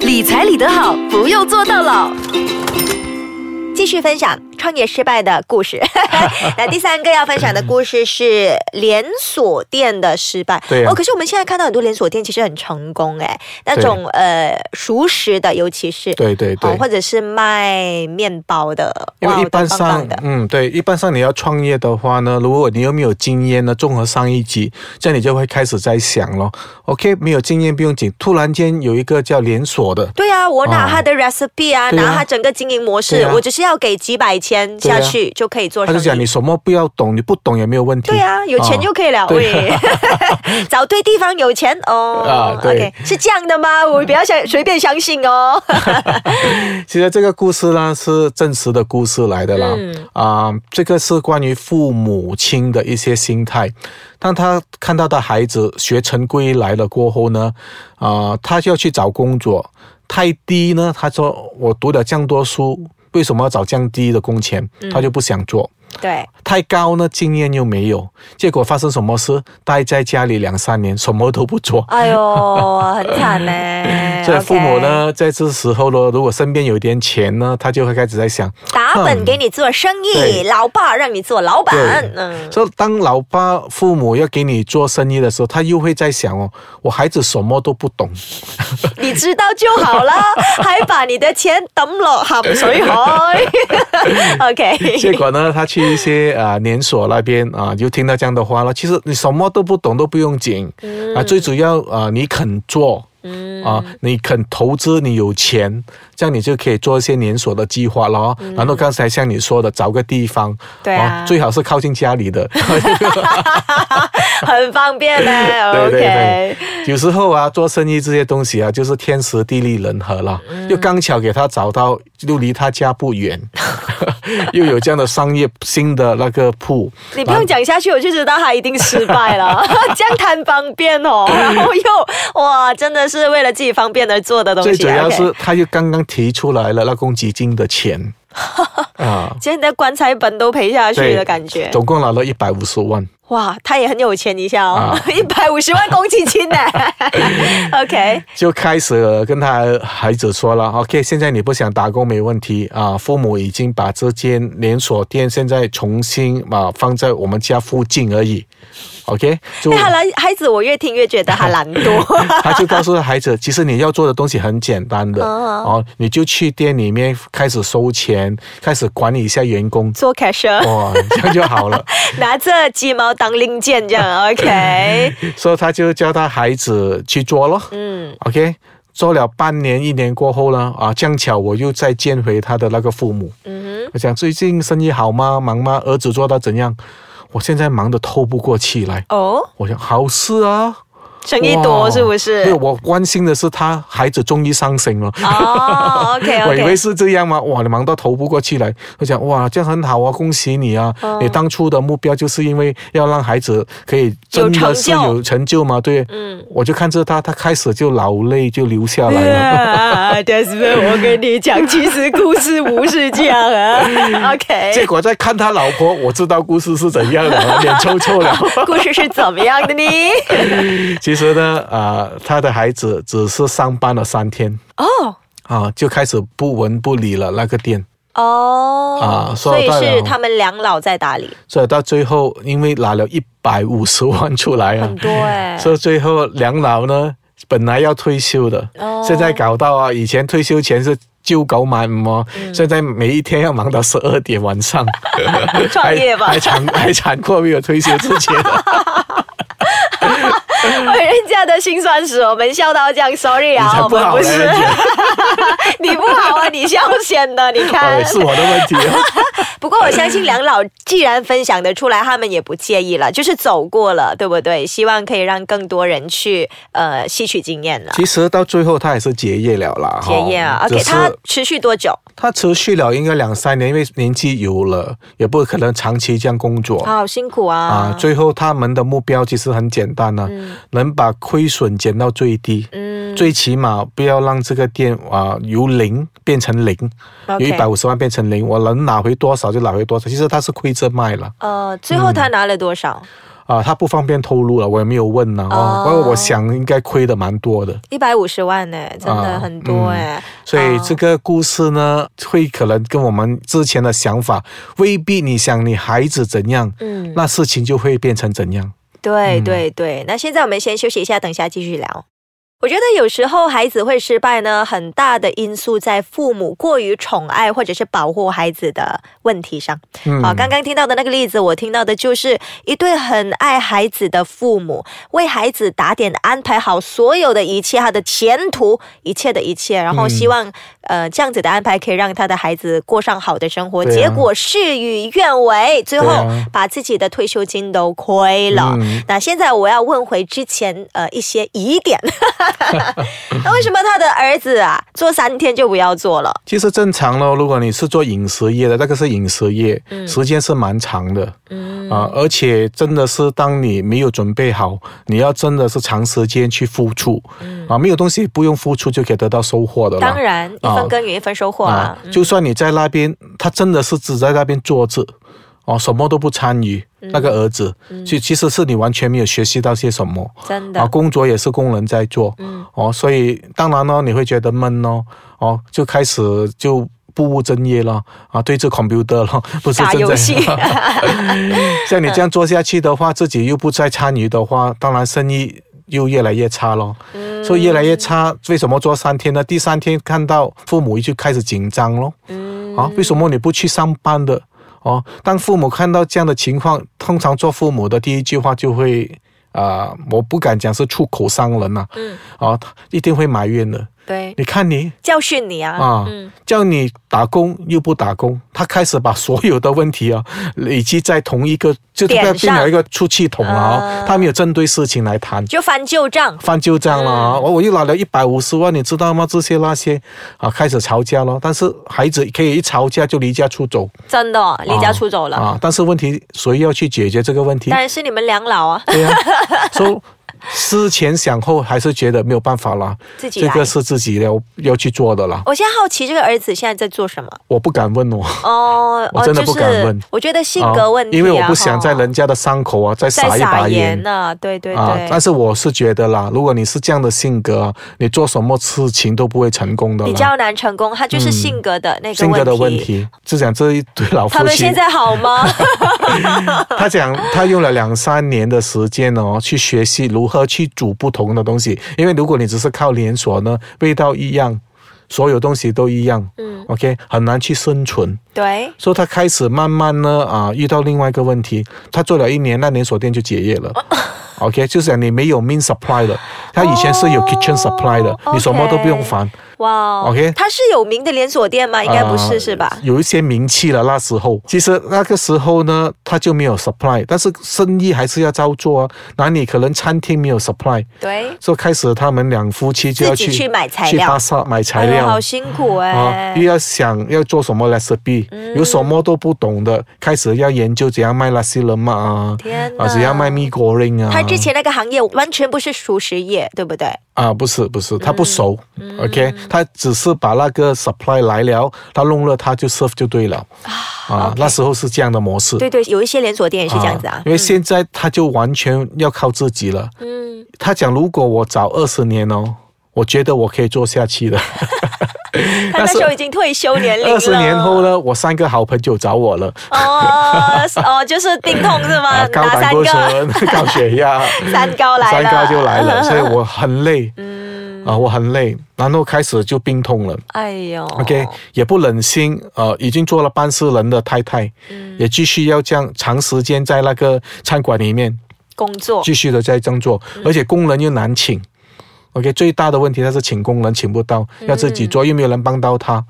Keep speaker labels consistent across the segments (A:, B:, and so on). A: 理财理得好，不用做到老。
B: 继续分享创业失败的故 事。那第三个要分享的故事是连锁店的失败。
C: 对啊
B: 哦，可是我们现在看到很多连锁店其实很成功哎，那种呃熟食的，尤其是
C: 对对对
B: 哦，或者是卖面包的，
C: 因
B: 哇
C: 为一般
B: 都
C: 上，
B: 棒棒的
C: 嗯，对，一般上你要创业的话呢，如果你又没有经验呢，综合上一集，这样你就会开始在想咯 OK，没有经验不用紧，突然间有一个叫连锁的，
B: 对啊，我拿
C: 哦
B: 他的 recipe 啊，
C: 对啊
B: 拿他整个经营模式，
C: 对啊
B: 我只是要给几百千
C: 对
B: 下
C: 啊
B: 去、就可以做
C: 他
B: 生
C: 就讲
B: 意
C: 你。什么不要懂，你不懂也没有问题。哦
B: 对 啊，有钱就可以了。
C: 对
B: 喂， 找对地方有钱哦。
C: 啊对嗯
B: OK，是这样的吗？我不要想随便相信 哦。
C: 其实这个故事呢是真实的故事来的啦，啊、这个是关于父母亲的一些心态。当他看到的孩子学成归来了过后呢，啊、他就要去找工作，太低呢，他说我读了这样多书，为什么要找这样低的工钱？他就不想做。
B: 对，
C: 太高呢，经验又没有，结果发生什么事？待在家里两三年，什么都不做，
B: 哎呦，很惨呢。
C: 所以父母
B: 哎 OK，
C: 呢，嗯在这时候呢，如果身边有一点钱呢，他就会开始在想，
B: 打本给你做生意，
C: 对
B: 老爸让你做老板
C: 对。
B: 嗯，
C: 所以当老爸父母要给你做生意的时候，他又会在想哦，我孩子什么都不 懂，
B: 你知道就好 了，还把你的钱抌落咸水海。OK，
C: 结果呢，他去一些啊、呃连锁那边啊、就听到这样的话了。其实你什么都不懂都不用紧，
B: 嗯
C: 啊，最主要啊、呃你肯做。啊，你肯投资，你有钱，这样你就可以做一些连锁的计划了哦。然后刚才像你说的，找个地方，
B: 嗯
C: 哦
B: 对啊
C: 最好是靠近家 里的，
B: 很方便呢。
C: 对
B: OK，
C: 对对，有时候啊，做生意这些东西啊，就是天时地利人和了，
B: 嗯
C: 又刚巧给他找到，又离他家不远， 又有这样的商业新的那个铺，
B: 你不用讲下去，我就知道他一定失败了。 这样贪方便哦，然后又哇，真的是为了自己方便而做的东西。
C: 最主要
B: OK
C: 是他又刚刚提出来了那公积金的 钱啊，
B: 今天的棺材本都赔下去
C: 对
B: 的感觉。
C: 总共拿了一百五十万。
B: 哇，他也很有钱一下哦
C: 啊，
B: 一百五十万公积金 呢。OK，
C: 就开始跟他孩子说了，OK，现在你不想打工没问题啊，父母已经把这间连锁店现在重新啊放在我们家附近而已，OK，就
B: 那他来孩子，我越听越觉得他懒惰。，
C: 他就告诉孩子，其实你要做的东西很简单的哦，你就去店里面开始收钱，开始管理一下员工
B: 做 cashier，
C: 哇，这样就好了。
B: 拿着鸡毛当令箭这样，OK，
C: 所以他就教他孩子去做咯。嗯，OK，做了半年一年过后呢，啊，正巧我又再见回他的那个父母。嗯我讲最近生意好吗？忙吗？儿子做到怎样？我现在忙得透不过气来。
B: 哦，
C: 我讲好事啊，
B: 生意多
C: 哇
B: 是不
C: 没有
B: 是？
C: 我关心的是他孩子终于上升了。
B: 哦，OK
C: 我以为
B: OK，
C: 是这样吗？哇，你忙到头不过气来，我讲哇，这样很好啊，恭喜你啊！你当初的目标就是因为要让孩子可以真
B: 有成
C: 的
B: 就是
C: 有成就嘛，对，嗯，我就看着他，他开始就老泪就流下来了。
B: 啊，但是我跟你讲，其实故事不是这样啊。
C: 结
B: OK，
C: 果再看他老婆，我知道故事是怎样的 了，脸臭臭了。
B: 故事是怎么样的 呢？
C: 其实呢，啊，他的孩子只是上班了三天
B: 哦
C: 啊，就开始不闻不理了那个店。
B: 哦，
C: 啊
B: 所
C: 说
B: 以
C: 到这儿
B: 是
C: 哦
B: 他们两老在打理，
C: 所以到最后，因为拿了一百五十万出来啊，
B: 很多哎。
C: 所以最后两老呢，本来要退休的，
B: 哦
C: 现在搞到啊，以前退休前是九九满五哦，
B: 嗯
C: 现在每一天要忙到十二点晚上，
B: 创业吧
C: 还还惨还惨过没有退休之前。啊
B: 为哎人家的辛酸史，我们笑到这样，sorry
C: 你才
B: 啊，我
C: 不
B: 们
C: 好
B: 不
C: 嘞
B: 是， 你不好啊， 你笑显的，你看
C: 哎，。是我的问 题哦。
B: 不过我相信两老既然分享得出来，他们也不介意了，就是走过了，对不对？希望可以让更多人去呃吸取经验了。
C: 其实到最后他也是结业了啦，
B: 结业啊
C: 哈
B: ，OK，
C: 只是
B: 它持续多久？
C: 他持续了应该两三年，因为年纪有了，也不可能长期这样工作。
B: 好辛苦啊！
C: 哦
B: 嗯
C: 啊，最后他们的目标其实很简单呢、能把亏损减到最低，嗯，最起码不要让这个店啊、由零变成零，由
B: OK
C: 一百五十万变成零，我能拿回多少就拿回多少。其实他是亏着卖了
B: 呃，最后他拿了多少？
C: 啊、他不方便透露了，我也没有问呢、
B: 哦
C: 哦。不过我想应该亏的蛮多的，
B: 一百五十万呢、真的
C: 啊
B: 很多哎、
C: 所以
B: 哦
C: 这个故事呢，会可能跟我们之前的想法未必。你想你孩子怎样，
B: 嗯，
C: 那事情就会变成怎样。
B: 对
C: 嗯
B: 对对，那现在我们先休息一下，等一下继续聊。我觉得有时候孩子会失败呢，很大的因素在父母过于宠爱或者是保护孩子的问题上。
C: 嗯
B: 好、刚刚听到的那个例子，我听到的就是一对很爱孩子的父母，为孩子打点安排好所有的一切，他的前途，一切的一切，然后
C: 嗯
B: 希望、呃这样子的安排可以让他的孩子过上好的生活。
C: 对啊
B: 结果事与愿违，最后
C: 对啊
B: 把自己的退休金都亏了。
C: 嗯
B: 那现在我要问回之前呃一些疑 点，那为什么他的儿子啊做三天就不要做了？
C: 其实正常咯，如果你是做饮食业的，那个是饮食业，
B: 嗯
C: 时间是蛮长的，嗯啊、而且真的是当你没有准备好，你要真的是长时间去付出，啊，没有东西不用付出就可以得到收获的
B: 嗯
C: 啦。
B: 当然，一
C: 啊
B: 分耕耘一分收获啊。嗯
C: 就算你在那边，他真的是只在那边坐着，哦，什么都不参与，
B: 嗯
C: 那个儿子，其、其实是你完全没有学习到些什么。
B: 真的嗯
C: 啊，工作也是工人在做，哦，所以当然呢，你会觉得闷哦，哦，就开始就不务正业了，啊，对着 computer 了，不是
B: 打
C: 正
B: 游
C: 在
B: 戏
C: 像你这样做下去的话，自己又不再参与的话，当然生意又越来越差咯。所以越来越差，为什么做三天呢？第三天看到父母就开始紧张咯。啊，为什么你不去上班的？哦，当父母看到这样的情况，通常做父母的第一句话就会，啊、我不敢讲是出口伤人呐、啊，嗯，啊，一定会埋怨的。
B: 对，
C: 你看你
B: 教训你啊，
C: 啊，
B: 嗯，
C: 叫你打工又不打工，他开始把所有的问题啊 累积在同一个，就
B: 点
C: 变
B: 上
C: 变了一个出气筒了啊、
B: 啊
C: 他没有针对事情来谈。
B: 就翻旧账。
C: 翻旧账了啊！
B: 嗯
C: 我、我又拿了一百五十万，你知道吗？这些那些啊，开始吵架了。但是孩子可以一吵架就离家出走，
B: 真的哦、离家出走了。
C: 啊。但是问题，谁要去解决这个问题
B: 当？然是你们两老啊，
C: 对呀、 啊，所以思前想后，还是觉得没有办法啦。
B: 自己
C: 这
B: 来。
C: 个是自己要要去做的啦，
B: 我现在好奇这个儿子现在在做什么？
C: 我不敢问哦。
B: 哦，
C: 我
B: 哦
C: 真的不敢
B: 就
C: 问
B: 是、我觉得性格问题、啊
C: 因为我不想在
B: 哈
C: 人家的伤口啊再
B: 再
C: 撒一
B: 撒
C: 把
B: 盐
C: 盐。
B: 呢、对对对。
C: 啊！但是我是觉得啦，如果你是这样的性格啊，你做什么事情都不会成功的啦。
B: 比较难成功，他就是性格的那个
C: 嗯性
B: 问题。
C: 格的问题，就讲这一对老夫
B: 他们
C: 妻
B: 现，在好 吗？
C: 他讲他用了两三年的时间哦，去学习如何去煮不同的东西。因为如果你只是靠连锁呢，味道一样，所有东西都一样，
B: 嗯
C: ，OK，很难去生存。
B: 对，
C: 所以他开始慢慢呢啊，遇到另外一个问题，他做了一年，那连锁店就结业了。OK，就是讲你没有 main supply 了，他以前是有
B: 哦
C: kitchen supply 的，你什么都不用烦，
B: 哇哦
C: OK
B: 他是有名的连锁店吗？应该不是，
C: 呃
B: 是吧？
C: 有一些名气了，那时候其实那个时候呢，他就没有 supply，但是生意还是要照做啊。哪里可能餐厅没有 supply，
B: 对，
C: 所以开始他们两夫妻就要
B: 自己
C: 去
B: 去买材
C: 去
B: 料
C: 巴，萨买材
B: 哎呦
C: 料，
B: 好辛苦哎、嗯
C: 啊，又要想要做什么 recipe，、有什么都不懂的，开始要研究怎样卖拉西冷嘛啊，
B: 天哪
C: 啊，怎样卖米果林啊。
B: 他之前那个行业完全不是熟食业，对不对？
C: 啊，不是不是，他不熟、o
B: 嗯
C: k 他只是把那个 supply 来了，他弄了他就 serve 就对了啊
B: OK
C: 那时候是这样的模式。
B: 对对，有一些连锁店也是这样子啊。
C: 因为现在他就完全要靠自己了。
B: 嗯，
C: 他讲，如果我早二十年哦，我觉得我可以做下 去的。
B: 他那时候已经退休年龄了。
C: 二十年后？呢，我三个好朋友找我了，
B: 哦哦，就是定痛是吗？
C: 啊高
B: 啊哪
C: 胆
B: 三
C: 固
B: 个？
C: 醇、 高血压，
B: 三高来了。嗯
C: 三高就来了，所以我很累。啊，我很累，然后开始就病痛了。
B: 哎呦
C: OK，也不忍心，呃，已经做了半世人的太太，
B: 嗯
C: 也继续要这样长时间在那个餐馆里面
B: 工作
C: 继续的在这样做，
B: 嗯
C: 而且工人又难请。OK，最大的问题他是请工人请不到，要自己做，又没有人帮到他。啊
B: 嗯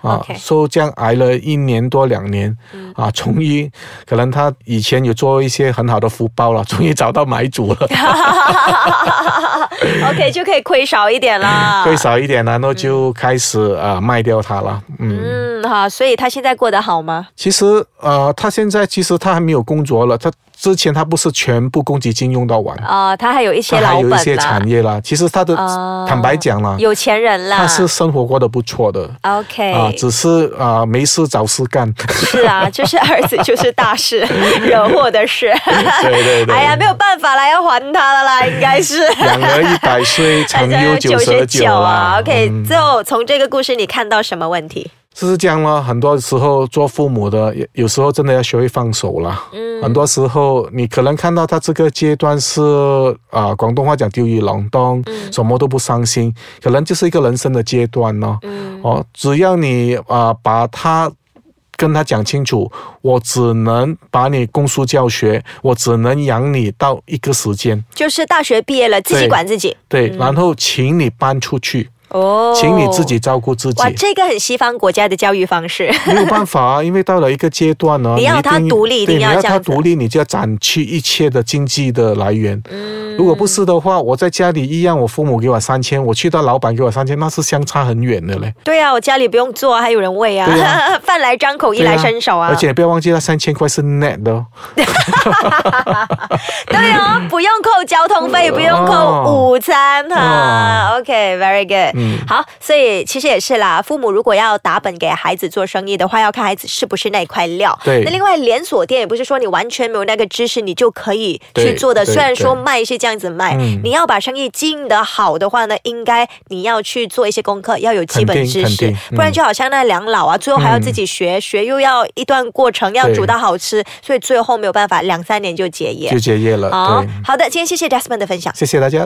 B: OK，嗯
C: 所以这样挨了一年多两年，啊，终于可能他以前有做一些很好的福报
B: 嗯
C: 了，终于找到买 主了，
B: ，OK 就可以亏少一点啦。
C: 会。少一点，然后就开始啊、卖掉它了。嗯，
B: 嗯，哈，所以他现在过得好吗？
C: 其实呃，他现在其实他还没有工作了，他之前他不是全部公积金用到完，
B: 啊、他还有一些
C: 他还
B: 老
C: 有
B: 本
C: 一些
B: 啦
C: 产，业啦。其实他的、
B: 啊
C: 坦白讲啦，
B: 有钱人啦。
C: 他是生活过得不错的。
B: OK，、
C: 啊，只是啊、没事找事 干，
B: 是啊，就是儿子就是大事，惹祸的事。
C: 对对 对
B: 哎呀，没有办法啦，要还他了啦，应该 是。
C: 养儿一 百岁，长忧九十九啦。
B: 啊，OK，
C: 嗯
B: 最后从这个故事你看到什么问题？
C: 就是这样咯，很多时候做父母的，也有时候真的要学会放手啦。嗯，很多时候你可能看到他这个阶段是啊、广东话讲丢鱼冷冻，什么都不伤心，可能就是一个人生的阶段咯。嗯，哦，只要你啊、把他。跟他讲清楚，我只能把你供书教学，我只能养你到一个时间，
B: 就是大学毕业了，自己
C: 对
B: 管自己
C: 对，然后请你搬出去，
B: 哦
C: 请你自己。照顾自己
B: 哇，，这个很西方国家的教育方式。
C: 没有办法啊，因为到了一个阶段呢，
B: 你要
C: 一定
B: 他独立一定
C: 对，你
B: 要
C: 要
B: 这
C: 他
B: 样子
C: 独立，你就要斩去一切的经济的来源。嗯，如果不是的话，我在家里一样，我父母给我三千，我去到老板给我三千，那是相差很远的嘞。
B: 对啊，我家里不用做啊，还有人喂啊，
C: 对啊
B: 饭来张口，衣
C: 对
B: 来伸手啊。
C: 而且不要忘记，那三千块是 net 的哦，
B: 对哦，不用扣交通费，不用扣
C: 哦
B: 午餐哈、
C: 哦嗯
B: OK，very、good、好，所以其实也是啦，父母如果要打本给孩子做生意的话，要看孩子是不是那一块料。
C: 对
B: 那另外连锁店也不是说你完全没有那个知识你就可以去
C: 对
B: 做的，
C: 对
B: 虽然说
C: 对
B: 卖是这样子卖，
C: 嗯
B: 你要把生意经营得好的话呢，应该你要去做一些功课，要有基本
C: 肯定
B: 知识，
C: 肯定嗯
B: 不然就好像那两老啊，最后还要自己学，学又要一段过程，要
C: 对
B: 煮到好吃，所以最后没有办法，两三年就结业。
C: 就结业了。
B: 好
C: 对，
B: 哦好的，今天谢谢 Desmond 的分享。
C: 谢谢大家。